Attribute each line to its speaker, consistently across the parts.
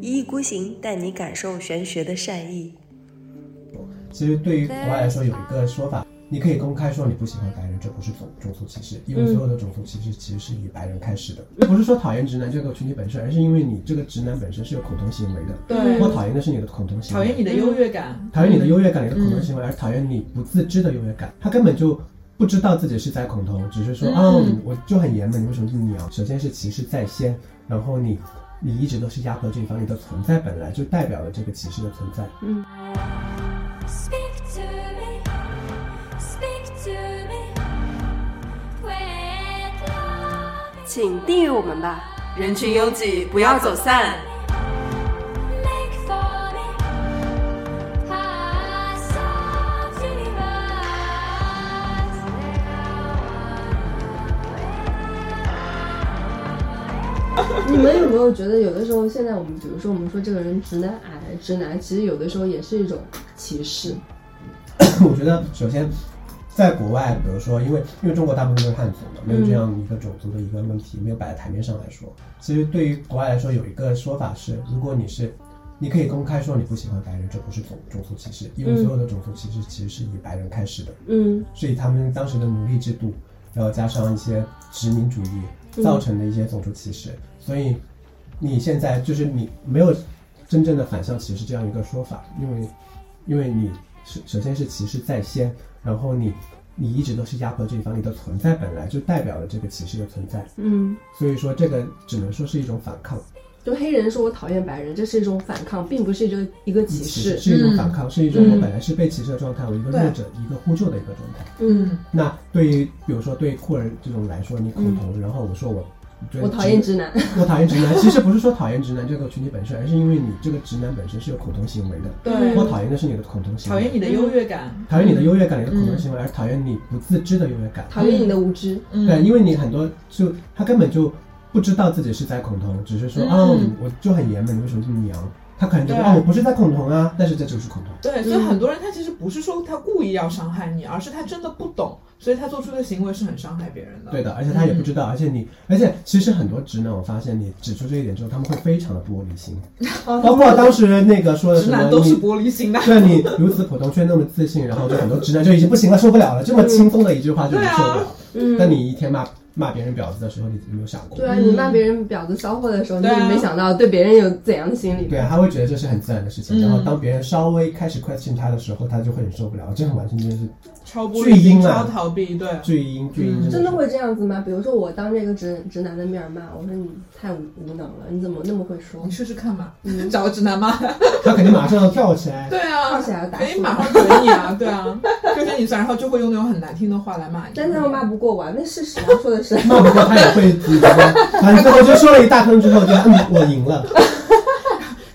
Speaker 1: 一意孤行带你感受玄学的善意。
Speaker 2: 其实对于国外来说，有一个说法，你可以公开说你不喜欢白人，这不是种种族歧视，因为
Speaker 3: 嗯
Speaker 2: 所有的种族歧视其实是以白人开始的。不是说讨厌直男这个群体本身，而是因为你这个直男本身是有恐同行为的。
Speaker 3: 对
Speaker 2: 我讨厌的是你的恐同行
Speaker 3: 讨
Speaker 2: 为，
Speaker 3: 厌你嗯的优越感，
Speaker 2: 讨厌你的优越感，你的恐同行为，而讨厌你不自知的优越感。他根本就不知道自己是在恐同，只是说
Speaker 3: 嗯
Speaker 2: 啊、哦，我就很爷们，你为什么这么娘？首先是歧视在先，然后你你一直都是压迫这一方，你的存在本来就代表了这个歧视的存在。
Speaker 4: Speak to me, speak to me with love.
Speaker 1: 请订阅我们吧，
Speaker 5: 人群拥挤，不要走散。
Speaker 4: Make for me a soft universe.
Speaker 6: 对你们有没有觉得有的时候，现在我们比如说我们说这个人直男癌、直男，其实有的时候也是一种歧视。
Speaker 2: 我觉得首先。在国外，比如说，因为因为中国大部分都是汉族嘛，没有这样一个种族的一个问题，没有摆在台面上来说。其实对于国外来说，有一个说法是，如果你是，你可以公开说你不喜欢白人，这不是种种族歧视，因为所有的种族歧视其实是以白人开始的。
Speaker 6: 嗯
Speaker 2: 所以他们当时的奴隶制度，然后加上一些殖民主
Speaker 6: 嗯
Speaker 2: 义造成的一些种族歧视，所以你现在就是你没有真正的反向歧视这样一个说法，因为因为你首首先是歧视在先，然后你你一直都是压迫这一方，你的存在本来就代表了这个歧视的存在，
Speaker 6: 嗯，
Speaker 2: 所以说这个只能说是一种反抗，
Speaker 6: 就黑人说我讨厌白人，这是一种反抗，并不是一个一个歧视。
Speaker 2: 是一种
Speaker 3: 嗯
Speaker 2: 反抗，是一种我
Speaker 3: 嗯
Speaker 2: 本来是被歧视的状态，我一个
Speaker 6: 对
Speaker 2: 弱者一个呼救的一个状态。
Speaker 6: 嗯，
Speaker 2: 那对于比如说对于酷儿这种来说，你
Speaker 3: 嗯
Speaker 2: 恐同，然后我说我觉得
Speaker 6: 我讨厌直男。
Speaker 2: 我讨厌直男，其实不是说讨厌直男这个群体本身，而是因为你这个直男本身是有恐同行为的。
Speaker 3: 对
Speaker 2: 我讨厌的是你的恐同行
Speaker 3: 讨
Speaker 2: 为，
Speaker 3: 厌嗯你的优越感，
Speaker 2: 讨厌你的优越感，你的恐同行为，而讨厌你不自知的优越感。
Speaker 6: 讨厌你的无知，
Speaker 2: 对，
Speaker 3: 嗯，
Speaker 2: 因为你很多就他根本就不知道自己是在恐同，只是说
Speaker 3: 嗯
Speaker 2: 啊、我就很爷们，你为什么这么娘？他可能觉得
Speaker 3: 对
Speaker 2: 啊、我不是在恐同啊，但是这就是恐同。
Speaker 3: 对，所以很多人他其实不是说他故意要伤害你，而是他真的不懂，所以他做出的行为是很伤害别人的。
Speaker 2: 对的，而且他也不知道，
Speaker 3: 嗯
Speaker 2: 而且你，而且其实很多直男，我发现你指出这一点之后，他们会非常的玻璃心，包括当时那个说的
Speaker 3: 哦直
Speaker 2: 什么
Speaker 3: 男都是
Speaker 2: 你。
Speaker 3: 玻璃心的。
Speaker 2: 对你如此普通却那么自信，然后就很多直男就已经不行了，受不了了。这
Speaker 3: 嗯
Speaker 2: 么轻松的一句话就已经
Speaker 3: 啊
Speaker 2: 受不了。
Speaker 6: 嗯，
Speaker 2: 但你一天骂骂别人婊子的时候，你有没有想过
Speaker 6: 对？啊，你骂别人婊子骚货的时候，你
Speaker 3: 对啊
Speaker 6: 也没想到对别人有怎样的心理。
Speaker 2: 对啊，他会觉得这是很自然的事情。
Speaker 3: 嗯
Speaker 2: 然后当别人稍微开始 question 他的时候，他就会很受不了。这完全就是
Speaker 3: 超玻璃
Speaker 2: 巨
Speaker 3: 心，
Speaker 2: 婴啊
Speaker 3: 超逃避，对，
Speaker 2: 巨婴，巨
Speaker 3: 嗯
Speaker 2: 婴
Speaker 6: 真
Speaker 2: 的
Speaker 6: 的
Speaker 2: 是
Speaker 6: 会这样子吗？比如说我当这个直直男的面儿骂，我说你太无无能了，你怎么那么会说
Speaker 3: 你？试试看嘛，找个直男 吗？
Speaker 2: 他肯定马上要跳起来。
Speaker 3: 对啊
Speaker 6: 跳，起来打
Speaker 3: 可以
Speaker 6: 死
Speaker 3: 马
Speaker 6: 我！
Speaker 3: 上怼你啊，对啊，就是你算，然后就会用那种很难听的话来骂你。
Speaker 6: 但他又骂不过我啊，那事实啊，说的是。
Speaker 2: 骂不过他也会自己说，反正最后就说了一大坑之后就，嗯，我赢 了。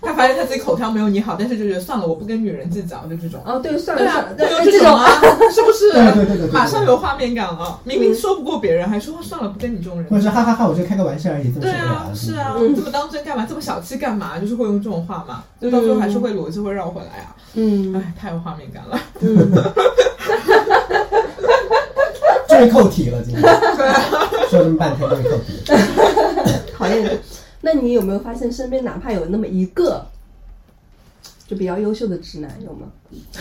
Speaker 3: 他发现他自己口条没有你好，但是就觉得算了，我不跟女人计较，就这种。
Speaker 6: 哦，对，算了
Speaker 3: 对
Speaker 6: 算
Speaker 3: 啊
Speaker 6: 了，，
Speaker 3: 会有
Speaker 6: 这
Speaker 3: 种
Speaker 6: 种
Speaker 3: 啊， 是不是？
Speaker 2: 对对对对对
Speaker 3: 马上有画面感了。明明说不过别人，还说算了，不跟你这种人
Speaker 2: 或。者是哈哈哈，我就开个玩笑而已，这么嗯
Speaker 3: 对
Speaker 2: 受不了
Speaker 3: 啊，是啊，这么当真干嘛？这么小气干嘛？就是会用这种话嘛，就到最后还是会逻辑会绕回来啊。
Speaker 6: 嗯
Speaker 3: 哎，太有画面感了。
Speaker 6: 嗯，
Speaker 2: 终于扣题了，今天。
Speaker 3: 啊
Speaker 2: 说这么半天终于扣题。
Speaker 6: 讨厌你。那你有没有发现身边哪怕有那么一个，就比较优秀的直男有吗？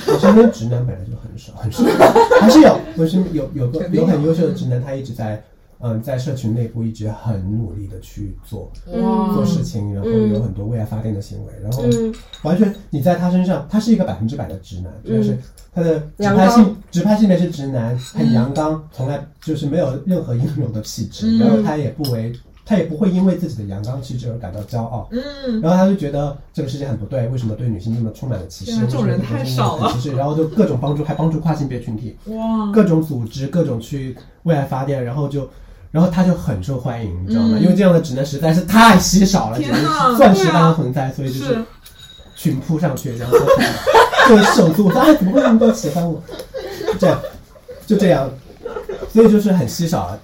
Speaker 2: 我身边直男本来就很少，很少，还是有，我身边有有个有很优秀的直男，他一直在。嗯，在社群内部一直很努力的去做
Speaker 6: 嗯
Speaker 2: 做事情，然后
Speaker 6: 嗯
Speaker 2: 有很多为爱发电的行为，然后
Speaker 6: 嗯
Speaker 2: 完全你在他身上，他是一个百分之百的直男，
Speaker 6: 嗯
Speaker 2: 就是他的直
Speaker 6: 阳
Speaker 2: 派
Speaker 6: 刚
Speaker 2: 性直派性别是直男，很阳刚，从来就是没有任何阴柔的气
Speaker 3: 嗯
Speaker 2: 质，然后他也不为他也不会因为自己的阳刚气质而感到骄傲，
Speaker 3: 嗯，
Speaker 2: 然后他就觉得这个世界很不对，为什么对女性这么充满了歧视？
Speaker 3: 对啊这种人太少
Speaker 2: 为
Speaker 3: 了
Speaker 2: 什么对女性这么歧视，然后就各种帮助，还帮助跨性别群体，
Speaker 3: 哇，
Speaker 2: 各种组织，各种去为爱发电，然后就，然后他就很受欢迎，你知道吗？因为这样的直男实在是太稀少了，
Speaker 3: 嗯天
Speaker 2: 简直
Speaker 3: 哪
Speaker 2: 是钻石
Speaker 3: 对啊
Speaker 2: 般的存在，所以就是
Speaker 3: 是
Speaker 2: 群扑上去，然后就手足，我说啊，怎么会那么多喜欢我？这样，就这样，所以就是很稀少了。啊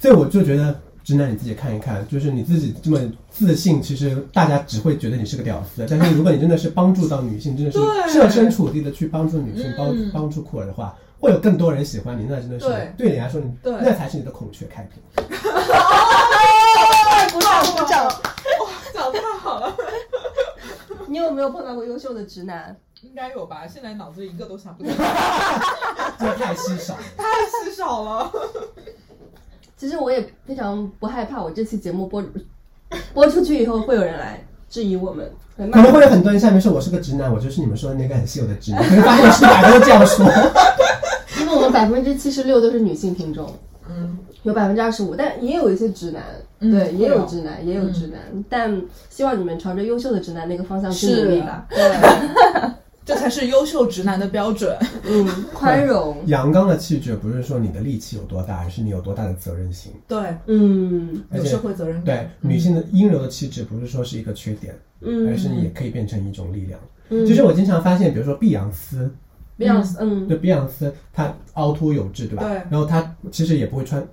Speaker 2: 所以我就觉得，直男你自己看一看，就是你自己这么自信，其实大家只会觉得你是个屌丝。但是如果你真的是帮助到女性，真的是
Speaker 3: 对
Speaker 2: 设身处地的去帮助女性，帮
Speaker 3: 嗯
Speaker 2: 帮助酷儿的话。会有更多人喜欢你，那真的是
Speaker 3: 对
Speaker 2: 对你来说，你
Speaker 3: 对
Speaker 2: 那才是你的孔雀开屏。
Speaker 6: 没有碰到过优秀的直男？
Speaker 3: 应该有吧？现在脑子一个都想不起来，
Speaker 2: 这太稀少了。
Speaker 3: 太稀少了。
Speaker 6: 其实我也非常不害怕，我这期节目播播出去以后，会有人来质疑我们，来
Speaker 2: 可
Speaker 6: 骂
Speaker 2: 能会
Speaker 6: 我。
Speaker 2: 有很多人下面说我是个直男，我就是你们说的那个很稀有的直男，可是发现是百分之百都这样说。
Speaker 6: 因为我们百分之七十六都是女性听众，
Speaker 3: 嗯，
Speaker 6: 有百分之二十五，但也有一些直男，
Speaker 3: 嗯
Speaker 6: 对，也
Speaker 3: 会
Speaker 6: 有
Speaker 3: 有嗯
Speaker 6: 直男，也有直男，但希望你们朝着优秀的直男那个方向去
Speaker 3: 是啊
Speaker 6: 努力吧。
Speaker 3: 这才是优秀直男的标准。
Speaker 6: 嗯，宽容，
Speaker 2: 阳刚的气质不是说你的力气有多大，而是你有多大的责任心。
Speaker 3: 对，
Speaker 6: 嗯
Speaker 2: 而
Speaker 3: 有
Speaker 2: 且
Speaker 3: 社会责任
Speaker 2: 对
Speaker 3: 感。
Speaker 2: 女性的阴柔的气质不是说是一个缺点，而是你也
Speaker 6: 嗯，
Speaker 2: 可以变成一种力量。
Speaker 6: 嗯
Speaker 2: 就是我经常发现，比如说碧昂斯，
Speaker 6: 不要嗯
Speaker 2: 对碧昂斯，她凹凸有致，对吧？
Speaker 3: 对
Speaker 2: 然后她其实也不会穿，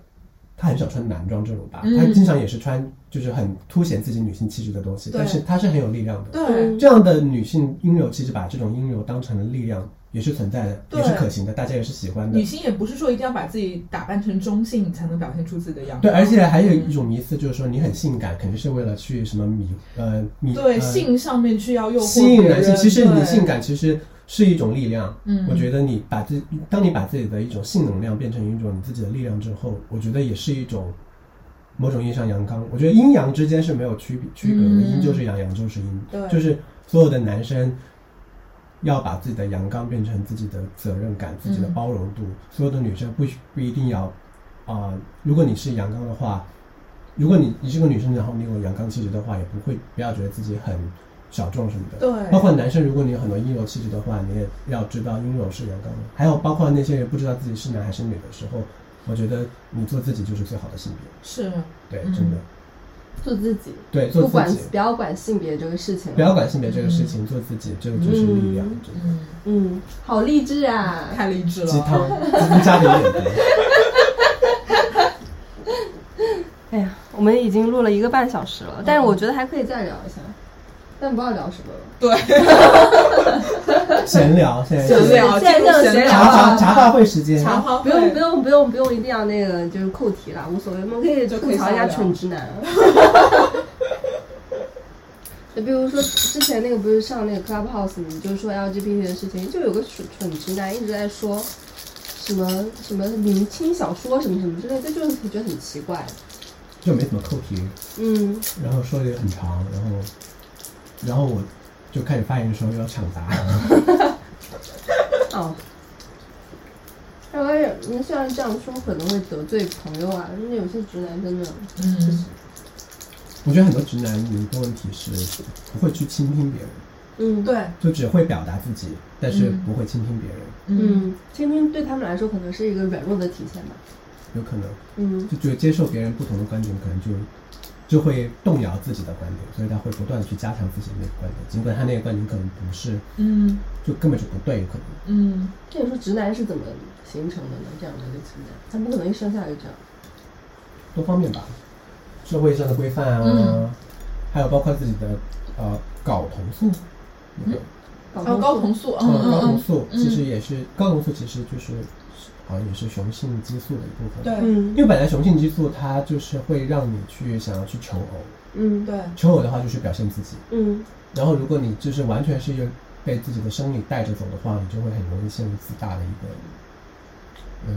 Speaker 2: 她很少穿男装这种吧，
Speaker 3: 嗯
Speaker 2: 她经常也是穿就是很凸显自己女性气质的东西，
Speaker 3: 对
Speaker 2: 但是她是很有力量的。
Speaker 3: 对，
Speaker 2: 这样的女性阴柔，其实把这种阴柔当成了力量，也是存在的，
Speaker 3: 对
Speaker 2: 也是可行的，大家也是喜欢的
Speaker 3: 女。性也不是说一定要把自己打扮成中性，你才能表现出自己的样子。
Speaker 2: 对，而且还有一种迷思，就是说你很性感，肯定是为了去什么迷呃迷
Speaker 3: 对
Speaker 2: 呃
Speaker 3: 性上面去要诱惑
Speaker 2: 吸引
Speaker 3: 别
Speaker 2: 男性。
Speaker 3: 人
Speaker 2: 其实你
Speaker 3: 对
Speaker 2: 性感其实是一种力量。
Speaker 3: 嗯
Speaker 2: 我觉得你把自当你把自己的一种性能量变成一种你自己的力量之后，我觉得也是一种某种意义上阳刚。我觉得阴阳之间是没有区别区隔的，
Speaker 3: 嗯
Speaker 2: 阴就是阳，阳就是阴。
Speaker 3: 对
Speaker 2: 就是所有的男生。要把自己的阳刚变成自己的责任感、自己的
Speaker 3: 嗯
Speaker 2: 包容度。所有的女生不不一定要，啊、如果你是阳刚的话，如果你你是个女生，然后你有阳刚气质的话，也不会不要觉得自己很小众什么的。
Speaker 3: 对
Speaker 2: 包括男生，如果你有很多阴柔气质的话，你也要知道阴柔是阳刚的。还有包括那些人不知道自己是男还是女的时候，我觉得你做自己就是最好的性别。
Speaker 3: 是
Speaker 2: 对，
Speaker 3: 嗯
Speaker 2: 真的，
Speaker 6: 做自己，
Speaker 2: 对，做
Speaker 6: 不
Speaker 2: 自
Speaker 6: 管
Speaker 2: 己，
Speaker 6: 不要管性别这个事情
Speaker 2: 不，要管性别这个事情，做自己，这个就是力量，真的。
Speaker 3: 嗯，
Speaker 6: 嗯，好励志啊！
Speaker 3: 太励志
Speaker 2: 鸡汤
Speaker 3: 了。，
Speaker 2: 鸡汤加点点滴。
Speaker 6: 哎呀，我们已经录了一个半小时了，但是我觉得还可以再聊一下，嗯但不知道聊什么了。
Speaker 3: 对，
Speaker 2: 闲聊，现在
Speaker 3: 闲
Speaker 2: 是
Speaker 3: 聊
Speaker 6: 现在
Speaker 3: 进入
Speaker 6: 啊就闲
Speaker 3: 闲
Speaker 6: 聊
Speaker 2: 茶话
Speaker 6: 了。
Speaker 2: 茶话会时间，
Speaker 3: 茶花
Speaker 6: 不用不
Speaker 3: 用，
Speaker 6: 用不用不用，一定要那个就是扣题了，无所谓，我们可以
Speaker 3: 就
Speaker 6: 吐
Speaker 3: 可以
Speaker 6: 槽一下
Speaker 3: 瞎聊
Speaker 6: 蠢直男。啊 就比如说之前那个不是上那个 Clubhouse，你就说 LGBT 的事情，就有个蠢蠢直男一直在说什么什么明清小说什么什么之类，这就是觉得很奇怪。
Speaker 2: 就没怎么扣题。
Speaker 6: 嗯，
Speaker 2: 然后说的也很长，然后，然后我就开始发言的时候要抢答，
Speaker 6: 哦。但我也，你虽然这样说可能会得罪朋友啊，但是有些直男真的，
Speaker 3: 嗯，
Speaker 2: 我觉得很多直男有一个问题是不会去倾听别人，
Speaker 6: 嗯，
Speaker 3: 对，
Speaker 2: 就只会表达自己，但是
Speaker 3: 嗯
Speaker 2: 不会倾听别人，
Speaker 3: 嗯，
Speaker 6: 嗯，倾听对他们来说可能是一个软弱的体现吧。
Speaker 2: 有可能
Speaker 6: 嗯，
Speaker 2: 就觉得接受别人不同的观点，可能就就会动摇自己的观点，所以他会不断的去加强自己的那个观点，尽管他那个观点可能不是，
Speaker 3: 嗯，
Speaker 2: 就根本就不对，有可能
Speaker 3: 嗯，
Speaker 6: 那你说直男是怎么形成的呢？这样的一个情感，他不可能一生下来就这样。
Speaker 2: 多方面吧，社会上的规范啊，
Speaker 3: 嗯
Speaker 2: 还有包括自己的呃睾酮素。有没有
Speaker 3: 还有高
Speaker 6: 高
Speaker 3: 酮
Speaker 6: 同
Speaker 3: 素，嗯
Speaker 2: 嗯，睾酮
Speaker 3: 嗯
Speaker 2: 素
Speaker 3: 嗯
Speaker 2: 其实也是睾酮素，其实就是好像也是雄性激素的一部分。
Speaker 3: 嗯，，对
Speaker 2: 因
Speaker 6: 嗯
Speaker 2: 为本来雄性激素它就是会让你去想要去求偶，
Speaker 6: 嗯
Speaker 3: 对，
Speaker 2: 求偶的话就是表现自己。
Speaker 6: 嗯
Speaker 2: 然后如果你就是完全是一个被自己的生理带着走的话，你就会很容易陷入自大的一个。嗯，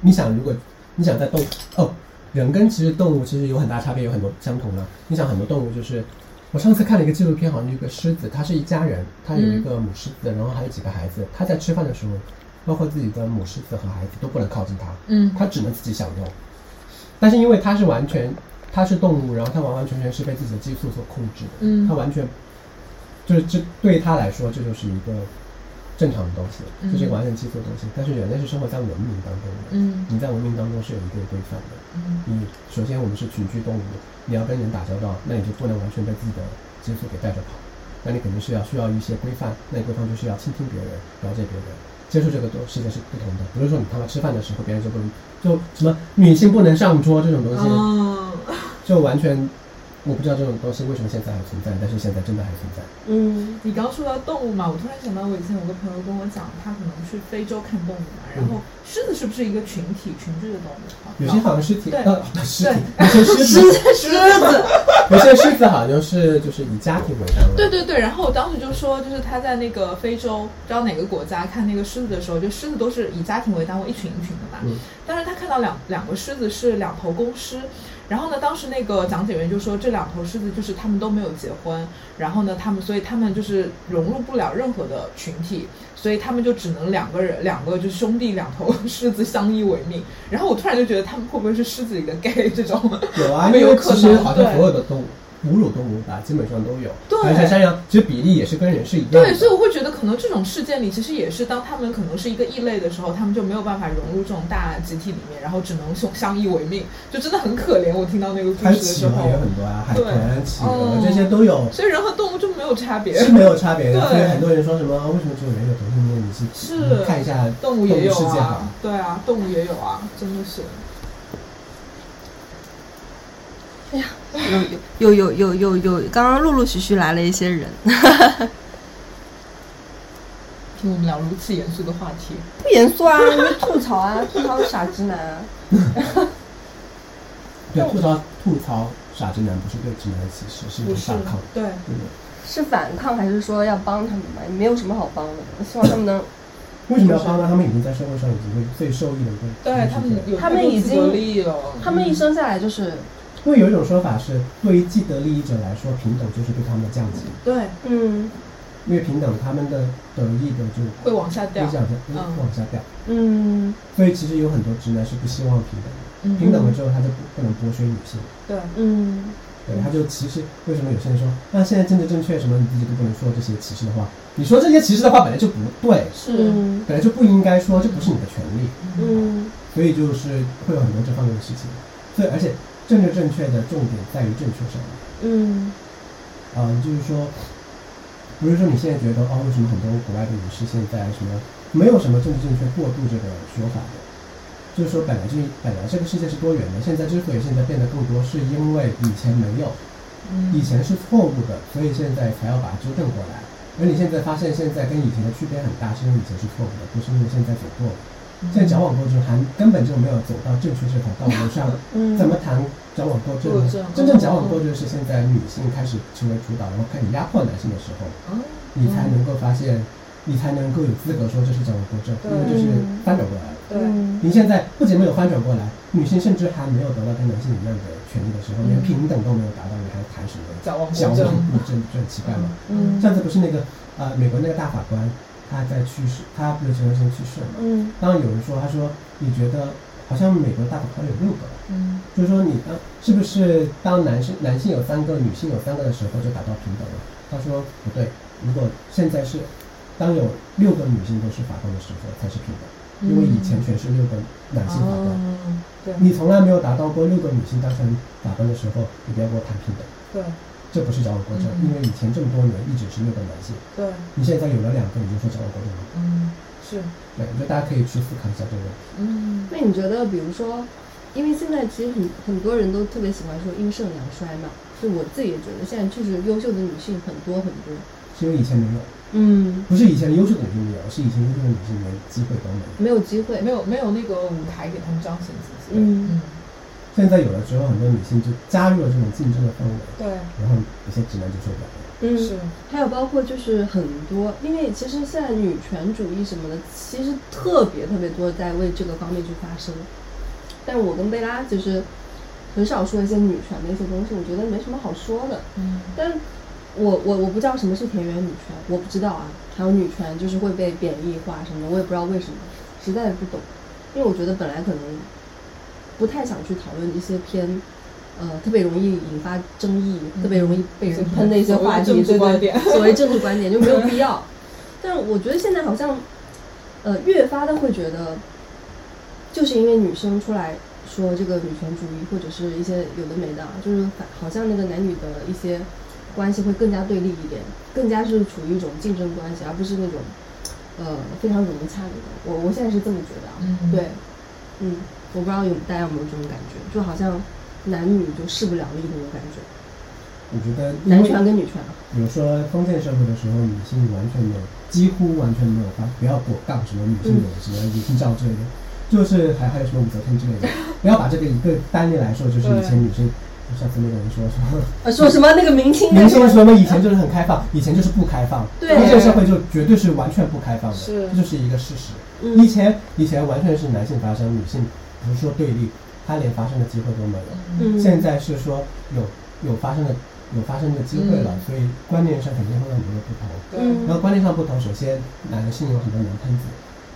Speaker 2: 你想，如果你想在动物哦，人跟其实动物其实有很大差别，有很多相同的。你想，很多动物就是。我上次看了一个纪录片，好像有一个狮子，它是一家人，它有一个母狮子，然后还有几个孩子。它在吃饭的时候，包括自己的母狮子和孩子都不能靠近它，
Speaker 3: 嗯，
Speaker 2: 它只能自己享用。但是因为它是完全，它是动物，然后它完完全全是被自己的激素所控制的，
Speaker 3: 嗯
Speaker 2: 它完全就是这对它来说，这就是一个正常的东西，
Speaker 3: 嗯
Speaker 2: 就是一个完全激素的东西。但是人类是生活在文明当中的，
Speaker 3: 嗯，
Speaker 2: 你在文明当中是有一定规范的。
Speaker 3: 嗯，
Speaker 2: 你首先我们是群居动物，你要跟人打交道，那你就不能完全被自己的激素给带着跑，那你肯定是要需要一些规范，那你规范就是要倾听别人，了解别人。接受这个东世界是不同的，不是说你他妈吃饭的时候别人就不能，就什么女性不能上桌这种东西，
Speaker 3: 啊，
Speaker 2: 就完全我不知道这种东西为什么现在还存在，但是现在真的还存在。
Speaker 6: 嗯
Speaker 3: 你刚说到动物嘛，我突然想到，我以前有个朋友跟我讲，他可能去非洲看动物嘛，然后狮子是不是一个群体群居的动物？
Speaker 2: 嗯有些好像尸体，
Speaker 3: 对
Speaker 2: 呃，尸体
Speaker 3: 对，
Speaker 2: 有些尸体，
Speaker 3: 狮子，
Speaker 2: 我记得狮子好像是就是以家庭为单位，
Speaker 3: 对对对，然后我当时就说，就是他在那个非洲，不知道哪个国家看那个狮子的时候，就狮子都是以家庭为单位，一群一群的嘛。
Speaker 2: 嗯
Speaker 3: 当时他看到两两个狮子是两头公狮，然后呢，当时那个讲解员就说，这两头狮子就是他们都没有结婚，然后呢，他们所以他们就是融入不了任何的群体，所以他们就只能两个人两个就是兄弟两头狮子相依为命。然后我突然就觉得他们会不会是狮子里的 gay 这种？
Speaker 2: 有啊，
Speaker 3: 没
Speaker 2: 因
Speaker 3: 有
Speaker 2: 为
Speaker 3: 可
Speaker 2: 其实
Speaker 3: 能
Speaker 2: 好像
Speaker 3: 对
Speaker 2: 所有的动物，哺乳动物吧，基本上都有。
Speaker 3: 对
Speaker 2: 而且山羊其实比例也是跟人是一样的。
Speaker 3: 对，所以我会觉得，可能这种事件里，其实也是当他们可能是一个异类的时候，他们就没有办法融入这种大集体里面，然后只能相相依为命，就真的很可怜。我听到那个故
Speaker 2: 还有
Speaker 3: 事的时
Speaker 2: 企鹅
Speaker 3: 候
Speaker 2: 也，很多啊，海
Speaker 3: 对
Speaker 2: 豚、企鹅
Speaker 3: 嗯
Speaker 2: 这些都有，
Speaker 3: 哦所以人和动物就没有差别。
Speaker 2: 是没有差别的。
Speaker 3: 对
Speaker 2: 所以很多人说什么啊为什么只有人有独立面？你去
Speaker 3: 是
Speaker 2: 你看一下
Speaker 3: 动物也有
Speaker 2: 世界好
Speaker 3: 啊
Speaker 2: 了。，
Speaker 3: 对啊，动物也有啊，真的是。
Speaker 7: 有有有有有，刚刚陆陆续续来了一些人，
Speaker 3: 听我们聊如此严肃的话题，
Speaker 6: 不严肃啊，你就吐槽啊，吐槽傻直男啊。
Speaker 2: 对，吐槽吐槽傻直男不是对直男的歧视，是一
Speaker 3: 不
Speaker 2: 种
Speaker 3: 是
Speaker 2: 反抗。
Speaker 3: 对，
Speaker 2: 嗯，
Speaker 6: 是反抗还是说要帮他们吧？没有什么好帮的，我希望他们能，
Speaker 2: 为什么要帮呢？他们已经在社会上已经是最受益的一个
Speaker 3: 对他们有
Speaker 6: 他们
Speaker 3: 太多
Speaker 6: 已
Speaker 3: 自
Speaker 6: 经
Speaker 3: 我利益了，嗯
Speaker 6: 他们一生下来就是，
Speaker 2: 因为有一种说法是，对于既得利益者来说，平等就是对他们的降级，
Speaker 3: 对
Speaker 6: 嗯
Speaker 2: 因为平等他们的得益的就
Speaker 3: 会往下掉
Speaker 2: 会，想着
Speaker 3: 嗯
Speaker 2: 嗯往下掉。
Speaker 6: 嗯
Speaker 2: 所以其实有很多直男是不希望平等的，
Speaker 3: 嗯
Speaker 2: 平等了之后他就不不能剥削女性，
Speaker 3: 对，
Speaker 6: 嗯，
Speaker 2: 对，他就歧视。为什么有些人说，那现在政治正确什么，你自己都不能说这些歧视的话？你说这些歧视的话本来就不对，
Speaker 3: 是，
Speaker 7: 嗯
Speaker 2: 本来就不应该说，这不是你的权利。
Speaker 6: 嗯
Speaker 2: 所以就是会有很多这方面的事情。所以而且政治正确的重点在于正确上面。
Speaker 6: 嗯
Speaker 2: 嗯，就是说，不是说你现在觉得哦，为什么很多国外的女士现在什么没有什么政治正确过度这个说法的，就是说本来就是本来这个世界是多元的，现在之所以现在变得更多，是因为以前没有，以
Speaker 3: 嗯，
Speaker 2: 前是错误的，所以现在才要把它纠正过来。而你现在发现现在跟以前的区别很大，是因为以前是错误的，不是因为现在走过了。现在矫枉过正还根本就没有走到正确这条道路上。怎么
Speaker 6: 嗯
Speaker 2: 谈矫枉过正呢
Speaker 3: 过正？
Speaker 2: 真正矫枉过正是现在女性开始成为主导，然后开始压迫男性的时候，
Speaker 3: 嗯
Speaker 2: 你才能够发现，你才能够有资格说这是矫枉过正，
Speaker 3: 对
Speaker 2: 因为这是翻转过来了。
Speaker 3: 对，
Speaker 6: 嗯
Speaker 7: 嗯
Speaker 2: 您现在不仅没有翻转过来，女性甚至还没有得到跟男性一样的权利的时候，连平等都没有达到，你还谈什么
Speaker 3: 矫枉
Speaker 2: 矫
Speaker 3: 过
Speaker 2: 枉
Speaker 3: 正，
Speaker 2: 过正？这很奇怪吗？
Speaker 6: 嗯
Speaker 2: 上次不是那个呃美国那个大法官，他在去世，他不是前段时间去世了吗？
Speaker 6: 嗯
Speaker 2: 当然有人说，他说你觉得好像美国大法官有六个，
Speaker 3: 嗯
Speaker 2: 就是说你当是不是当男生男性有三个，女性有三个的时候就达到平等了？他说不对，如果现在是当有六个女性都是法官的时候才是平等，因为以前全是六个男性法官。
Speaker 3: 嗯，对
Speaker 2: 你从来没有达到过六个女性当成法官的时候，你不要跟我谈平等，
Speaker 3: 对
Speaker 2: 这不是矫枉过正，
Speaker 3: 嗯
Speaker 2: 因为以前这么多年一直是六个男性，
Speaker 3: 对，
Speaker 2: 你现在有了两个，你就说矫枉过正了。
Speaker 3: 嗯是，
Speaker 2: 对，我觉得大家可以去思考一下这个问题。
Speaker 3: 嗯
Speaker 6: 那你觉得，比如说，因为现在其实很很多人都特别喜欢说阴盛阳衰嘛，就我自己也觉得现在确实优秀的女性很多很多，
Speaker 2: 是因为以前没有，
Speaker 6: 嗯，
Speaker 2: 不是以前优秀的女性没有，是以前优秀的女性连机会都没有。
Speaker 6: 没有机会，
Speaker 3: 没有没有那个舞台给他们彰显自己，
Speaker 6: 嗯
Speaker 3: 嗯
Speaker 2: 现在有了之后，很多女性就加入了这种竞争的氛围，
Speaker 3: 对
Speaker 2: 然后有些直男就受不了了。
Speaker 6: 嗯，
Speaker 3: 是
Speaker 6: 还有包括就是很多，因为其实现在女权主义什么的，其实特别特别多在为这个方面去发声。但我跟贝拉其实很少说一些女权的一些东西，我觉得没什么好说的。
Speaker 3: 嗯
Speaker 6: 但我我我不知道什么是田园女权，我不知道啊。还有女权就是会被贬义化什么的，我也不知道为什么，实在不懂。因为我觉得本来可能不太想去讨论一些偏，呃，特别容易引发争议、特别容易被人喷的一些话题，
Speaker 3: 嗯所谓的政治
Speaker 6: 对
Speaker 3: 观
Speaker 6: 对
Speaker 3: 点
Speaker 6: 对，所谓政治观点就没 有必要。但我觉得现在好像，呃，越发的会觉得，就是因为女生出来说这个女权主义，或者是一些有的没的啊，就是反好像那个男女的一些关系会更加对立一点，更加是处于一种竞争关系，而不是那种呃非常融洽的那种。我我现在是这么觉得啊，
Speaker 3: 嗯
Speaker 6: 对，嗯，我不知道有大家有没有这种感觉，就好像男女就势不两立那种感觉，
Speaker 2: 我觉得，因
Speaker 6: 男
Speaker 2: 为
Speaker 6: 权跟女权啊，
Speaker 2: 比如说封建社会的时候，女性完全没有，几乎完全没有发，不要给我杠什么女
Speaker 6: 嗯
Speaker 2: 性有什么营造之类 的，就是还还有什么武则天之类的，不要把这个一个单例来说，就是以前女性上次那个人说什么？
Speaker 6: 呃，说什么那个明清那
Speaker 2: 明星
Speaker 6: 个
Speaker 2: 说嘛，以前就是很开放，以前就是不开放，
Speaker 6: 对
Speaker 2: 封建社会就绝对是完全不开放的，
Speaker 6: 是
Speaker 2: 这就是一个事实。
Speaker 6: 嗯
Speaker 2: 以前以前完全是男性发声，女性不是说对立，她连发声的机会都没有。
Speaker 6: 嗯，
Speaker 2: 现在是说有有发声的有发声的机会了，
Speaker 3: 嗯
Speaker 2: 所以观念上肯定会有很多的不同。
Speaker 6: 嗯
Speaker 2: 然后观念上不同，首先男性有很多男喷子，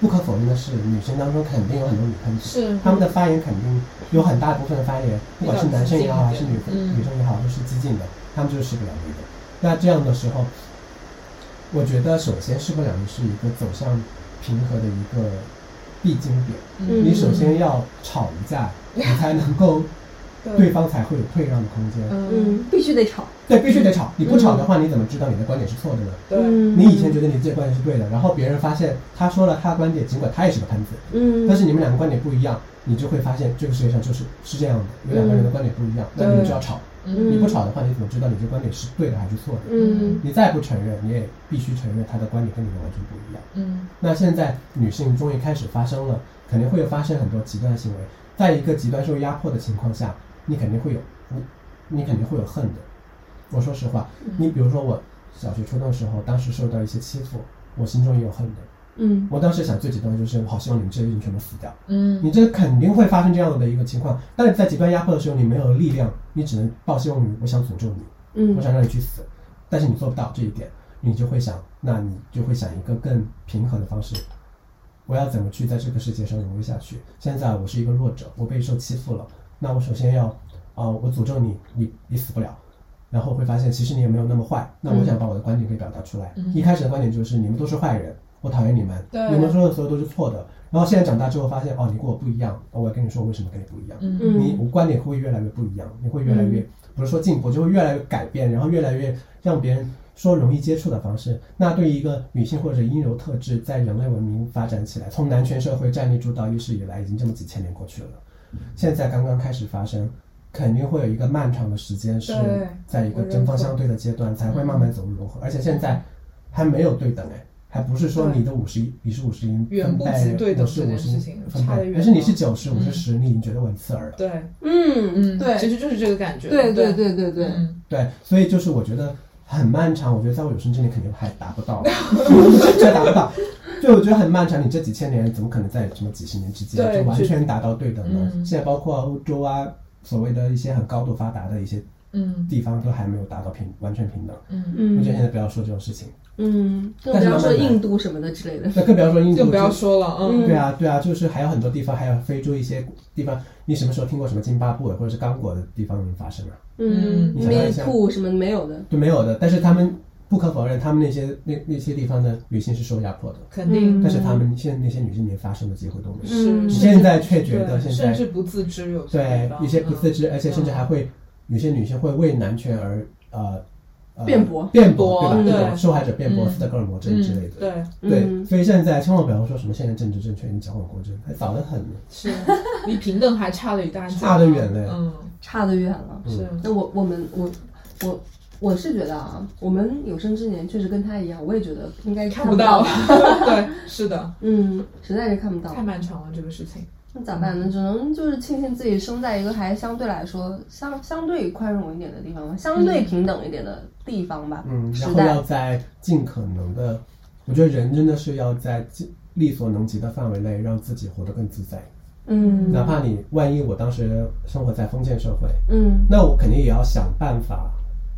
Speaker 2: 不可否认的是，女生当中肯定有很多女喷子，
Speaker 3: 是
Speaker 2: 他们的发言肯定有很大部分的发言，不管是男生也好，还是女
Speaker 3: 嗯
Speaker 2: 女生也好，都是激进的，他们就是势不两立的。那这样的时候，我觉得首先势不两立是一个走向平和的一个必经点。
Speaker 6: 嗯
Speaker 2: 你首先要吵一架，你
Speaker 3: 嗯
Speaker 2: 才能够，对方才会有退让的空间。
Speaker 3: 嗯，
Speaker 6: 嗯，必须得吵，
Speaker 2: 对，必须得吵，你不吵的话，你怎么知道你的观点是错的呢？
Speaker 3: 对，
Speaker 2: 你以前觉得你自己的观点是对的，然后别人发现他说了他的观点，尽管他也是个喷子，
Speaker 6: 嗯，
Speaker 2: 但是你们两个观点不一样，你就会发现这个世界上就是是这样的，有两个人的观点不一样，那你们就要吵。
Speaker 3: 嗯
Speaker 2: 你不吵的话，你怎么知道你这观点是对的还是错的？
Speaker 6: 嗯
Speaker 2: 你再不承认，你也必须承认他的观点跟你的完全不一样。
Speaker 3: 嗯
Speaker 2: 那现在女性终于开始发声了，肯定会有发生很多极端行为。在一个极端受压迫的情况下，你肯定会有你，你肯定会有恨的。我说实话，你比如说我小学初中的时候，当时受到一些欺负，我心中也有恨的。
Speaker 6: 嗯
Speaker 2: 我当时想最极端的就是，我好希望你们这些人全部死掉。
Speaker 3: 嗯
Speaker 2: 你这肯定会发生这样的一个情况。但是在极端压迫的时候，你没有力量，你只能抱希望于我想诅咒你，
Speaker 6: 嗯
Speaker 2: 我想让你去死，但是你做不到这一点，你就会想，那你就会想一个更平衡的方式。我要怎么去在这个世界上融入下去？现在我是一个弱者，我被受欺负了，那我首先要，啊、我诅咒你，你你死不了。然后会发现，其实你也没有那么坏。那我想把我的观点给表达出来。一开始的观点就是你们都是坏人，我讨厌你们，
Speaker 3: 对
Speaker 2: 你们说的所有都是错的。然后现在长大之后发现，哦，你跟我不一样，哦我要跟你说我为什么跟你不一样。
Speaker 3: 嗯
Speaker 2: 你
Speaker 6: 嗯
Speaker 2: 我观点会越来越不一样，你会越来越、不是说进步，就会越来越改变，然后越来越让别人说容易接触的方式。那对于一个女性或者阴柔特质，在人类文明发展起来，从男权社会站立主导意识以来，已经这么几千年过去了，
Speaker 3: 嗯
Speaker 2: 现在刚刚开始发生。肯定会有一个漫长的时间是
Speaker 3: 对
Speaker 2: 在一个
Speaker 3: 我认
Speaker 2: 针锋
Speaker 3: 同嗯
Speaker 2: 相对的阶段，才会慢慢走入融合。而且现在还没有对等哎，还不是说
Speaker 3: 对
Speaker 2: 你的五十一，你是五十一
Speaker 3: 远
Speaker 2: 分
Speaker 3: 不
Speaker 2: 贝
Speaker 3: 及，对等
Speaker 2: 我是
Speaker 3: 这件
Speaker 2: 五十
Speaker 3: 事情
Speaker 2: 分
Speaker 3: 差得
Speaker 2: 贝，
Speaker 3: 远嗯
Speaker 2: 但是你
Speaker 3: 了
Speaker 2: 是九十，我是十，你已经觉得我很刺耳了。
Speaker 3: 对，
Speaker 6: 嗯
Speaker 3: 嗯，
Speaker 6: 对
Speaker 3: 其实就是这个感觉，
Speaker 6: 对对对
Speaker 3: 对
Speaker 6: 对对，
Speaker 3: 嗯
Speaker 2: 对，所以就是我觉得很漫长，我觉得在我有生之年肯定还达不到， 这达不到。对，我觉得很漫长，你这几千年怎么可能在什么几十年之间
Speaker 3: 对
Speaker 2: 就完
Speaker 3: 就
Speaker 2: 全达到对等呢？
Speaker 3: 嗯
Speaker 2: 现在包括欧洲啊，所谓的一些很高度发达的一些
Speaker 3: 嗯
Speaker 2: 地方都还没有达到平完全平等。
Speaker 3: 嗯，
Speaker 2: 我觉得
Speaker 6: 嗯
Speaker 2: 现在不要说这种事情，
Speaker 6: 嗯，更
Speaker 2: 但
Speaker 6: 不
Speaker 2: 是
Speaker 6: 要说
Speaker 2: 慢慢来
Speaker 6: 印度什么的之类的，
Speaker 2: 那更不要说印度，
Speaker 3: 就不要说了，嗯
Speaker 2: 对啊，对啊，就是还有很多地方，还有非洲一些地方，你什么时候听过什么津巴布韦或者是刚果的地方发生啊？
Speaker 6: 嗯
Speaker 2: 你想象
Speaker 6: ，me
Speaker 2: 一下
Speaker 6: too 什么没有的，
Speaker 2: 就没有的。但是他们不可否认，他们那些那那些地方的女性是受压迫的，
Speaker 3: 肯定
Speaker 2: 但是他们现在那些女性连发声的机会都没有。
Speaker 3: 是，
Speaker 6: 嗯
Speaker 2: 你
Speaker 3: 甚
Speaker 2: 现
Speaker 3: 至
Speaker 2: 在却觉得
Speaker 3: 对
Speaker 2: 现
Speaker 3: 甚至
Speaker 2: 在
Speaker 3: 不自知有些地
Speaker 2: 对
Speaker 3: 方
Speaker 2: 有些不自，
Speaker 3: 嗯
Speaker 2: 知，而且甚至还会有些女性会为男权而呃。呃
Speaker 6: 辩驳
Speaker 2: 辩驳，对吧？
Speaker 3: 辩驳
Speaker 2: 这种
Speaker 3: 对
Speaker 2: 受害者辩驳、
Speaker 3: 嗯
Speaker 2: 斯德哥尔摩症之类
Speaker 3: 嗯
Speaker 2: 的，
Speaker 3: 对，
Speaker 2: 对，
Speaker 6: 嗯
Speaker 2: 所以现在千万不要说什么现在政治正确，你矫枉过正，还早
Speaker 3: 嗯
Speaker 2: 得很呢，
Speaker 3: 是离平等还差了一大截，
Speaker 2: 差得远嘞
Speaker 3: 嗯，
Speaker 6: 差得远了。
Speaker 3: 是，
Speaker 6: 那我我们我我我是觉得啊，我们有生之年确实跟他一样，我也觉得应该
Speaker 3: 看
Speaker 6: 不
Speaker 3: 不到，， 对，是的，
Speaker 6: 嗯，实在是看不到
Speaker 3: 太。漫长了这个事情，
Speaker 6: 那咋办呢？只能就是庆幸自己生在一个还相对来说相相对宽容一点的地方吧，相对平等一点的地方吧。
Speaker 2: 嗯，
Speaker 6: 时
Speaker 2: 然后
Speaker 6: 代
Speaker 2: 要，在尽可能的，我觉得人真的是要在尽力所能及的范围内，让自己活得更自在。
Speaker 6: 嗯
Speaker 2: 哪怕你万一我当时生活在封建社会，
Speaker 6: 嗯
Speaker 2: 那我肯定也要想办法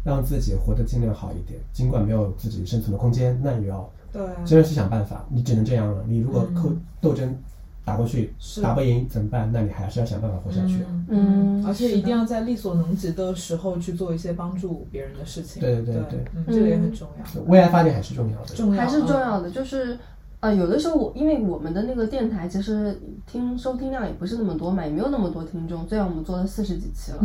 Speaker 2: 让自己活得尽量好一点，尽管没有自己生存的空间，那也要
Speaker 3: 对，啊
Speaker 6: 嗯
Speaker 2: 真的是想办法，你只能这样了。你如果
Speaker 3: 嗯
Speaker 2: 扣斗争打过去
Speaker 3: 是
Speaker 2: 打不赢怎么办？那你还是要想办法活下去。
Speaker 3: 嗯
Speaker 6: 嗯
Speaker 3: 而
Speaker 6: 是
Speaker 3: 且
Speaker 6: 的
Speaker 3: 一定要在力所能及的时候去做一些帮助别人的事情。
Speaker 2: 对对对对
Speaker 3: 嗯，这个也很重要，
Speaker 2: 未来发展还是重要的，
Speaker 3: 重要
Speaker 6: 还是重
Speaker 3: 啊。
Speaker 6: 要的，就是。啊、有的时候我因为我们的那个电台其实听收听量也不是那么多嘛，也没有那么多听众，虽然我们做了四十几期了，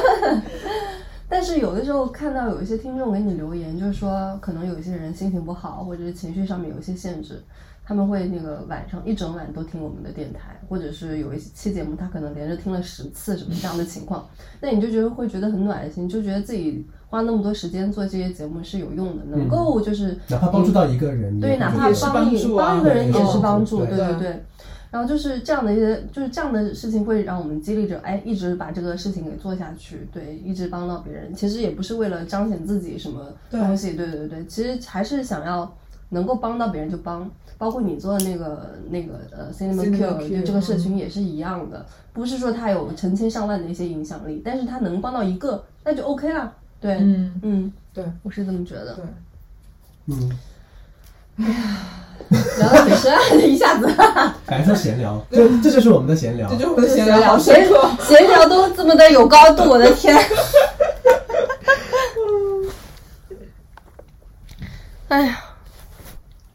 Speaker 6: 但是有的时候看到有一些听众给你留言，就是说可能有一些人心情不好，或者是情绪上面有一些限制，他们会那个晚上一整晚都听我们的电台，或者是有一期节目他可能连着听了十次什么这样的情况，那你就觉得会觉得很暖心，就觉得自己花那么多时间做这些节目是有用的，
Speaker 3: 嗯
Speaker 6: 能够就是
Speaker 2: 哪怕帮助到一个人，
Speaker 6: 对，
Speaker 2: 也
Speaker 6: 哪
Speaker 2: 会
Speaker 6: 怕
Speaker 2: 觉得
Speaker 6: 帮
Speaker 3: 帮
Speaker 6: 一
Speaker 3: 助啊
Speaker 6: 帮一个人也
Speaker 2: 对
Speaker 6: 是帮助，
Speaker 2: 对
Speaker 6: 对
Speaker 3: 对
Speaker 6: 对。然后就是这样的一些，就是这样的事情会让我们激励着，哎，一直把这个事情给做下去，对，一直帮到别人。其实也不是为了彰显自己什么东西，对对对对，其实还是想要能够帮到别人就帮，包括你做的那个那个呃 Cinema
Speaker 3: Cinema
Speaker 6: Q
Speaker 3: Cure，
Speaker 6: 就这个社群也是一样的，不是说它有成千上万的一些影响力，但是它能帮到一个，那就 OK 啦。对，
Speaker 3: 嗯，
Speaker 6: 嗯，
Speaker 3: 对
Speaker 6: 我是这么觉得
Speaker 3: 对。，
Speaker 2: 嗯，
Speaker 6: 聊得很深，一下 子
Speaker 2: 感受闲 聊，这这就是我们的闲聊
Speaker 3: 这。就是我的闲
Speaker 6: 闲
Speaker 3: 聊好深
Speaker 6: 闲
Speaker 3: 刻。
Speaker 6: 闲聊都这么的有高度，我的天！ 哎呀，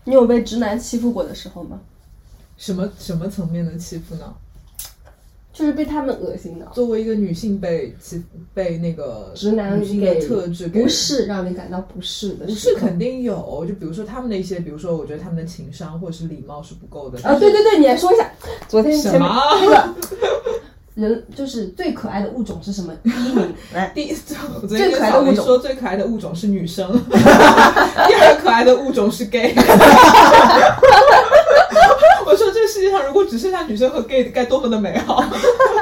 Speaker 6: 你有被直男欺负过的时候吗？
Speaker 3: 什么什么层面的欺负呢？
Speaker 6: 就是被他们恶心的
Speaker 3: 作为一个女性被欺被那个
Speaker 6: 直男
Speaker 3: 女性的
Speaker 6: 给
Speaker 3: 特质给
Speaker 6: 不适，让你感到不适的
Speaker 3: 不
Speaker 6: 时
Speaker 3: 是
Speaker 6: 刻
Speaker 3: 肯定有，就比如说他们的一些，比如说我觉得他们的情商或者是礼貌是不够的
Speaker 6: 啊，对对对，你来说一下，昨天前
Speaker 3: 什
Speaker 6: 面
Speaker 3: 么
Speaker 6: 那个人就是最可爱的物种是 什么？第一名来，
Speaker 3: 第一， 我昨天
Speaker 6: 最
Speaker 3: 跟
Speaker 6: 可爱的
Speaker 3: 小林
Speaker 6: 物种
Speaker 3: 说最可爱的物种是女生， 第二可爱的物种是 gay。我说这世界上如果只剩下女生和 gay，该多么的美 好！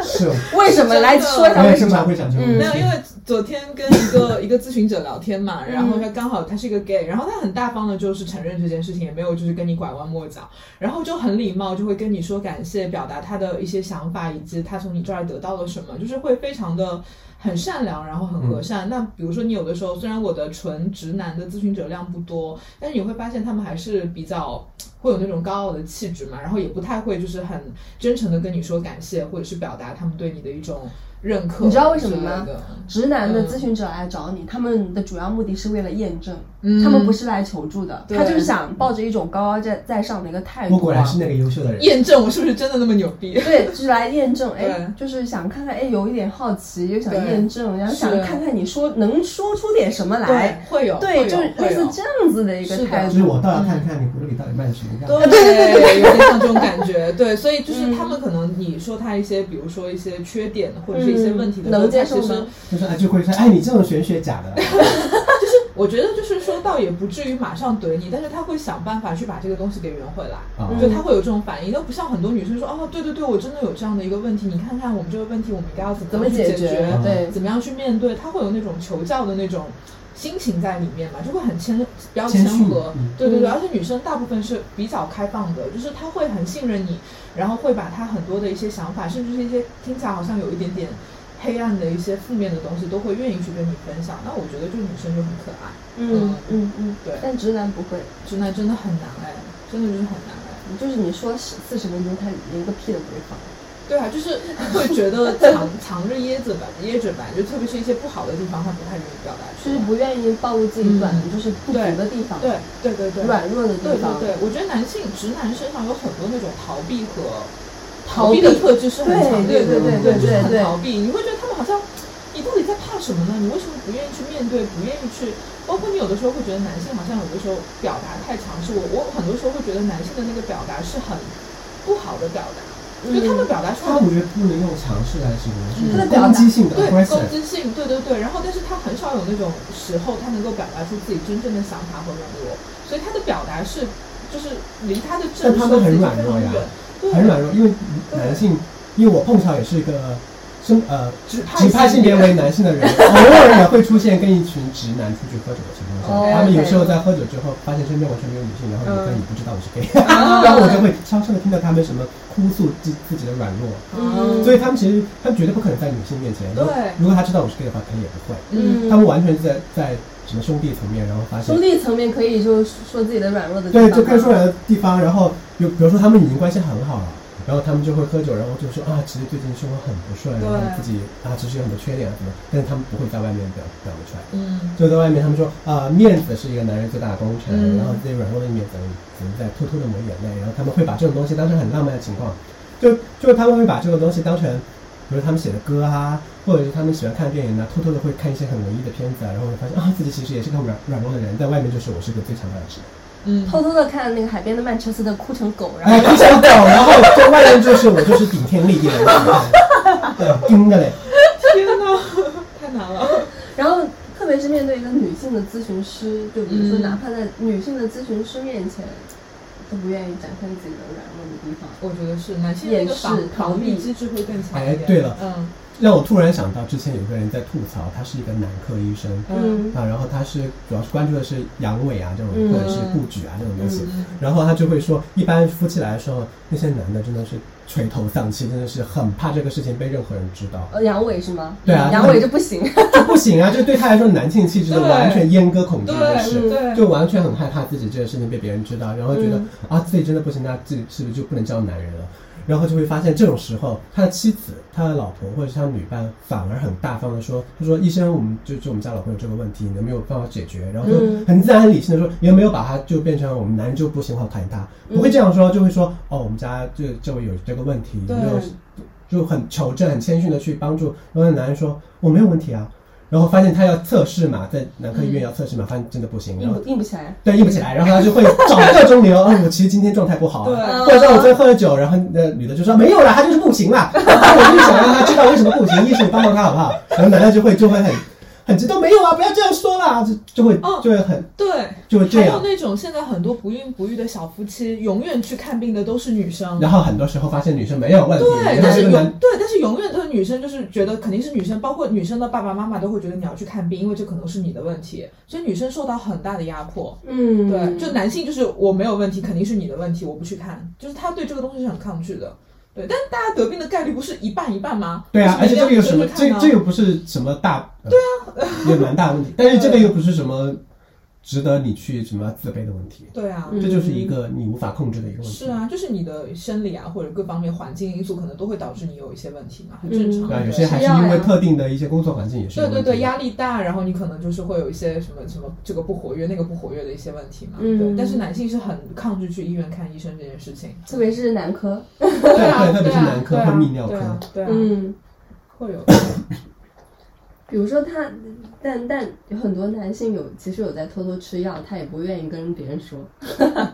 Speaker 2: 是，
Speaker 6: 为什么来
Speaker 3: 真的
Speaker 6: 说一下
Speaker 2: 我也
Speaker 6: 为什
Speaker 2: 经常
Speaker 6: 么？
Speaker 2: 会讲这个
Speaker 6: 嗯
Speaker 2: 问
Speaker 3: 没有，
Speaker 2: 题
Speaker 3: 因。为昨天跟一个一个咨询者聊天嘛，
Speaker 6: 嗯
Speaker 3: 然后他刚好他是一个 gay，然后他很大方的，就是承认这件事情，也没有就是跟你拐弯抹角，然后就很礼貌，就会跟你说感谢，表达他的一些想法，以及他从你这儿得到了什么，就是会非常的。很善良，然后很和善。那比如说，你有的时候虽然我的纯直男的咨询者量不多，但是你会发现他们还是比较会有那种高傲的气质嘛，然后也不太会就是很真诚的跟你说感谢，或者是表达他们对你的一种认可之类的。
Speaker 6: 你知道为什么吗直男的咨询者来找你，他们的主要目的是为了验证，
Speaker 3: 嗯
Speaker 6: 他们不是来求助的，
Speaker 3: 对
Speaker 6: 他就是想抱着一种高高在在上的一个态度、啊。
Speaker 2: 我果然是那个优秀的人。
Speaker 3: 验证我是不是真的那么牛 逼。
Speaker 6: 对，就是来验证，哎就
Speaker 3: 对，
Speaker 6: 是想看看，哎，有一点好奇，又想
Speaker 3: 对
Speaker 6: 验证，然后想
Speaker 3: 是
Speaker 6: 看看你说能说出点什么来，，
Speaker 3: 会有，
Speaker 6: 对，
Speaker 3: 会有
Speaker 6: 就是类似这样子的一
Speaker 3: 是
Speaker 6: 个
Speaker 3: 的
Speaker 6: 态
Speaker 2: 就是
Speaker 6: 度。
Speaker 2: 我倒要看看你骨子里到底卖的什么样。
Speaker 3: 对对对，有点像这种感觉。对，所以
Speaker 6: 嗯
Speaker 3: 就是他们可能你说他一些，比如说一些缺点或者是一些问题的时
Speaker 6: 嗯
Speaker 3: 候，
Speaker 6: 能接受
Speaker 3: 他其实
Speaker 6: 吗
Speaker 2: 就是哎，就会说，哎，你这种玄学假 的，
Speaker 3: 我觉得就是说，倒也不至于马上怼你，但是他会想办法去把这个东西给圆回来。
Speaker 2: 啊
Speaker 6: 嗯
Speaker 3: 就他会有这种反应，都不像很多女生说哦，对对对，我真的有这样的一个问题，你看看我们这个问题，我们应该要怎
Speaker 6: 怎
Speaker 3: 么
Speaker 6: 么
Speaker 3: 样去解
Speaker 6: 解决？对，
Speaker 3: 怎么样去面对，他会有那种求教的那种心情在里面嘛，就会很谦，比较谦
Speaker 2: 谦逊
Speaker 3: 和
Speaker 2: 嗯，
Speaker 3: 对对对，
Speaker 6: 嗯
Speaker 3: 而且女生大部分是比较开放的，就是她会很信任你，然后会把她很多的一些想法，甚至是一些听起来好像有一点点黑暗的一些负面的东西，都会愿意去跟你分享。那我觉得这个女生就很可爱，
Speaker 6: 嗯嗯嗯，
Speaker 3: 对
Speaker 6: 但直男不会，
Speaker 3: 直男真的很难哎，真的就是很难哎。
Speaker 6: 就是你说四十分钟，他连个屁都不会放。
Speaker 3: 对啊，就是会觉得藏藏着掖着吧，掖着吧，就特别是一些不好的地方，他不太愿意表达
Speaker 6: 就
Speaker 3: 出
Speaker 6: 是
Speaker 3: 来。
Speaker 6: 不愿意暴露自己短，
Speaker 3: 嗯
Speaker 6: 就是不足的地方，
Speaker 3: 对对对对，
Speaker 6: 软弱的
Speaker 3: 对
Speaker 6: 地
Speaker 3: 对
Speaker 6: 方，
Speaker 3: 对，我觉得男性直男身上有很多那种逃避和
Speaker 6: 逃避
Speaker 3: 的特质是很强烈
Speaker 6: 对对
Speaker 3: 的，
Speaker 6: 对
Speaker 3: 对
Speaker 6: 对
Speaker 3: 就
Speaker 6: 对对
Speaker 3: 是很逃避。你会觉得他们好像，你到底在怕什么呢？你为什么不愿意去面对？不愿意去，包括你有的时候会觉得男性好像有的时候表达太强势，我我很多时候会觉得男性的那个表达是很不好的表达，就他们表达出来
Speaker 2: 他
Speaker 3: 的
Speaker 2: 我觉得不能用尝试来形容，是一
Speaker 6: 嗯
Speaker 2: 种攻击性的
Speaker 3: 对，攻
Speaker 2: aggressive。
Speaker 3: 击性，对对对。然后，但是他很少有那种时候，他能够表达出自己真正的想法和软弱，所以他的表达是，就是离他的正
Speaker 2: 但他
Speaker 3: 说
Speaker 2: 们很
Speaker 3: 自己
Speaker 2: 软
Speaker 3: 非
Speaker 2: 弱
Speaker 3: 常
Speaker 2: 呀
Speaker 3: 远，对，
Speaker 2: 很软弱，因为男性，因为我碰巧也是一个生呃
Speaker 3: 指派
Speaker 2: 指派性别为男性的人， 偶尔也会出现跟一群直男出去喝酒的情况
Speaker 6: 哦
Speaker 2: 下，他们有
Speaker 6: OK
Speaker 2: 时候在喝酒之后，发现身边完全没有女性，然后你根
Speaker 3: 嗯
Speaker 2: 本不知道我是 gay，然
Speaker 3: 哦
Speaker 2: 后我就会悄悄的听到他们什么哭诉自自己的软弱，
Speaker 3: 嗯
Speaker 2: 所以他们其实他们绝对不可能在女性面前，如果
Speaker 3: 对
Speaker 2: 如果他知道我是 gay 的话，肯定也不会，
Speaker 3: 嗯，
Speaker 2: 他们完全在在什么兄弟层面，然后发现
Speaker 6: 兄弟层面可以就是说自己的软弱的地方
Speaker 2: 对，
Speaker 6: 吗，
Speaker 2: 就看出来的地方，然后比如比如说他们已经关系很好了，然后他们就会喝酒，然后就说啊，其实最近生活很不顺，然后
Speaker 3: 对
Speaker 2: 自己啊，其实有很多缺点啊什么，但是他们不会在外面表表露出来，
Speaker 3: 嗯，
Speaker 2: 就在外面他们说啊，面子是一个男人最大的功臣，
Speaker 3: 嗯
Speaker 2: 然后自己软弱的一面只能只能在偷偷的抹眼泪，然后他们会把这种东西当成很浪漫的情况，就就是他们会把这个东西当成。比如他们写的歌啊，或者是他们喜欢看电影呢、偷偷的会看一些很文艺的片子啊，然后会发现啊，自己其实也是个软软弱的人，在外面就是我是个最强大的直男。
Speaker 3: 嗯，
Speaker 6: 偷偷的看那个海边的曼彻斯特哭成狗，然
Speaker 2: 哎，
Speaker 6: 后
Speaker 2: 不想走，然后这外面就是我就是顶天立地的人，对，盯的嘞。
Speaker 3: 天哪， 太难了，
Speaker 6: 然后特别是面对一个女性的咨询师，就比如说
Speaker 3: 嗯
Speaker 6: 哪怕在女性的咨询师面前，都不愿意展现自己的软弱的地方。
Speaker 3: 我觉得是男性的那个防
Speaker 6: 掩饰
Speaker 3: 防
Speaker 6: 逃避
Speaker 3: 御机制会更强一
Speaker 2: 哎
Speaker 3: 点。
Speaker 2: 对了
Speaker 3: 嗯
Speaker 2: 让我突然想到，之前有个人在吐槽，他是一个男科医生
Speaker 3: 嗯
Speaker 2: 啊，然后他是主要是关注的是阳痿啊这种，
Speaker 6: 嗯
Speaker 2: 或者是布局啊这种东西
Speaker 3: 嗯，
Speaker 2: 然后他就会说，一般夫妻来说，那些男的真的是垂头丧气，真的是很怕这个事情被任何人知 道，
Speaker 6: 呃，阳痿是吗？
Speaker 2: 对啊
Speaker 6: 阳痿就不行。
Speaker 2: 这不行啊，这对他来说男性气质的
Speaker 3: 对
Speaker 2: 完全阉割恐惧
Speaker 3: 对嗯
Speaker 2: 的事。
Speaker 3: 对
Speaker 2: 就完全很害怕自己这个事情被别人知道，然后觉得、
Speaker 6: 嗯
Speaker 2: 啊自己真的不行，那自己是不是就不能交男人了？然后就会发现这种时候，他的妻子、他的老婆或者是他的女伴反而很大方的说：“他说医生，我们就就我们家老公有这个问题，你有没有办法解决？”然后就
Speaker 6: 嗯
Speaker 2: 很自然、很理性的说：“也没有把他就变成我们男人就不行，我讨厌他。”
Speaker 6: 嗯
Speaker 2: 不会这样说，就会说：“哦，我们家这这位有这个问题，有
Speaker 3: 对
Speaker 2: 没有就很求证、很谦逊的去帮助。然后男人说：“我没有问题啊。”然后发现他要测试嘛，在男科医
Speaker 6: 嗯
Speaker 2: 院要测试嘛，发现真的不行，然
Speaker 6: 硬
Speaker 2: 后
Speaker 6: 不硬不起来，
Speaker 2: 对，硬不起来，然后他就会找各种理由，嗯，我其实今天状态不好啊，或
Speaker 3: 对
Speaker 2: 者
Speaker 6: 呃
Speaker 2: 说我昨天喝了酒，然后那女的就说没有啦，他就是不行啦，然后我就想让他知道为什么不行，医生你帮帮他好不好？然后男的就会就会很很激动，没有啊，不要这样说啦，就就会
Speaker 3: 哦
Speaker 2: 就会很
Speaker 3: 对。
Speaker 2: 就会这
Speaker 3: 还有
Speaker 2: 样，
Speaker 3: 那种现在很多不孕不育的小夫妻，永远去看病的都是女生。
Speaker 2: 然后很多时候发现女生没有问题，
Speaker 3: 对，
Speaker 2: 然后
Speaker 3: 但
Speaker 2: 这
Speaker 3: 是
Speaker 2: 个男
Speaker 3: 永对，但是永远都是女生，就是觉得肯定是女生，包括女生的爸爸妈妈都会觉得你要去看病，因为这可能是你的问题，所以女生受到很大的压迫。
Speaker 6: 嗯
Speaker 3: 对，就男性就是我没有问题，肯定是你的问题，我不去看，就是他对这个东西是很抗拒的。对，但大家得病的概率不是一半一半吗？
Speaker 2: 对啊，而且这个有什么？这这
Speaker 3: 个
Speaker 2: 又不是什么大，对啊， 也蛮大的问题，但是这个又不是什么值得你去什么自卑的问题，
Speaker 3: 对啊，
Speaker 2: 这就是一个你无法控制的一个问题。
Speaker 3: 是啊，就是你的生理啊或者各方面环境因素可能都会导致你有一些问题嘛，很正常。
Speaker 2: 对啊，
Speaker 3: 对
Speaker 2: 有些还是因为特定的一些工作环境也是有
Speaker 3: 对
Speaker 2: 问题
Speaker 3: 对
Speaker 2: 的
Speaker 3: 对，压力大，然后你可能就是会有一些什么什么这个不活跃、那个不活跃的一些问题嘛。对，
Speaker 6: 嗯
Speaker 3: 但是男性是很抗拒去医院看医生这件事情，
Speaker 6: 特别是男科，
Speaker 3: 对啊，
Speaker 2: 对特别是
Speaker 3: 啊
Speaker 2: 男科
Speaker 3: 对啊
Speaker 2: 和泌尿
Speaker 3: 对啊对啊，
Speaker 6: 嗯，
Speaker 3: 会有，
Speaker 6: 比如说他，但但有很多男性有其实有在偷偷吃药，他也不愿意跟别人说，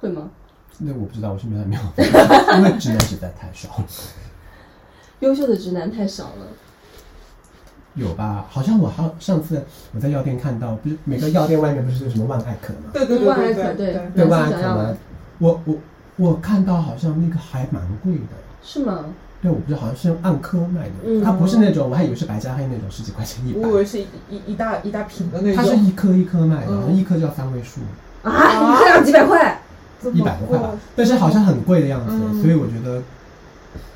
Speaker 6: 会吗？
Speaker 2: 那我不知道，我身边还没有，因为直男实在太少了。
Speaker 6: 优秀的直男太少了，
Speaker 2: 有吧？好像我还上次我在药店看到，不是每个药店外面不是有什么万爱可吗？
Speaker 3: 对对对
Speaker 6: 万艾
Speaker 3: 对
Speaker 6: 可
Speaker 3: 对
Speaker 6: 对
Speaker 3: 对
Speaker 2: 对
Speaker 6: 男
Speaker 2: 万
Speaker 6: 性
Speaker 2: 爱
Speaker 6: 想
Speaker 2: 可
Speaker 6: 要
Speaker 2: 吗
Speaker 6: 的？
Speaker 2: 我我我看到好像那个还蛮贵的，
Speaker 6: 是吗？
Speaker 2: 对，我不知道好像是按颗卖的，
Speaker 6: 嗯
Speaker 2: 它不是那种我还以为是白加黑那种十几块钱一
Speaker 3: 我以为
Speaker 2: 百，
Speaker 3: 是一一一大一大瓶的那
Speaker 2: 它
Speaker 3: 种，
Speaker 2: 是一颗一颗卖的，好像
Speaker 3: 嗯
Speaker 2: 一颗就要三位数。
Speaker 6: 啊，你看要几百块，
Speaker 3: 这么
Speaker 2: 一百多块吧
Speaker 3: 贵，
Speaker 2: 但是好像很贵的样子，
Speaker 3: 嗯
Speaker 2: 所以我觉得，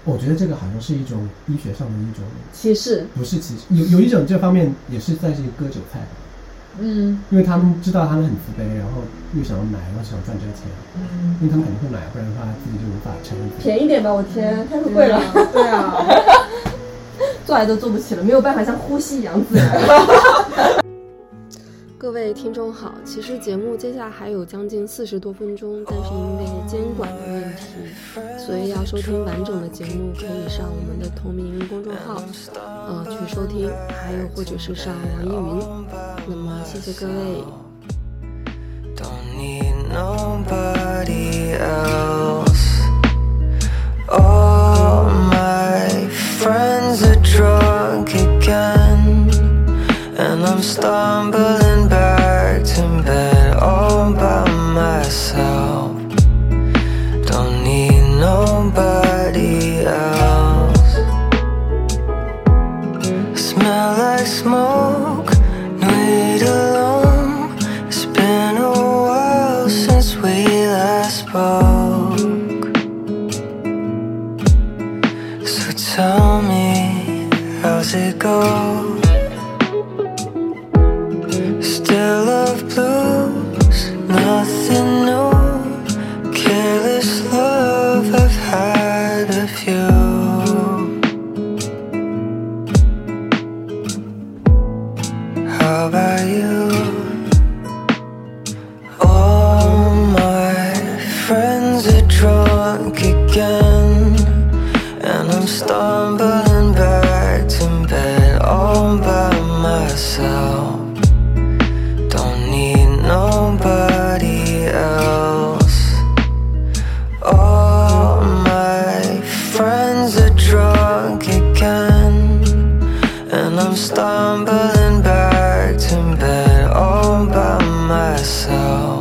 Speaker 2: 我觉得这个好像是一种医学上的一种，
Speaker 6: 歧视，
Speaker 2: 不是歧视，有有一种这方面也是算是割韭菜，
Speaker 3: 嗯
Speaker 2: 因为他们知道他们很自卑，然后又想要买，然后想赚这个钱，
Speaker 3: 嗯，
Speaker 2: 因为他们肯定会买，不然的话自己就无法承认自己。
Speaker 6: 便宜点吧，我
Speaker 8: 嗯
Speaker 6: 天，太贵了，
Speaker 3: 对啊，
Speaker 6: 做爱都做不起了，没有办法像呼吸一样自然。
Speaker 8: 各位听众好，其实节目接下来还有将近四十多分钟，但是因为监管的问题，所以要收听完整的节目，可以上我们的同名公众号，呃，去收听，还有或者是上网易云。那么谢谢各位。
Speaker 9: Don't need nobody else. All my friends are drunk again, and I'm stumbling back to bed all by myself. Don't need nobody else. Smell like smoke, night alone. It's been a while since we last spoke. So tell me, how's it go? Still of blues, nothing new. Careless love, I've had a few. How about you? All my friends are drunk again, and I'm stumbling back to bed all by myself. Don't need nobody else. All my friends are drunk again. And I'm stumbling back to bed all by myself.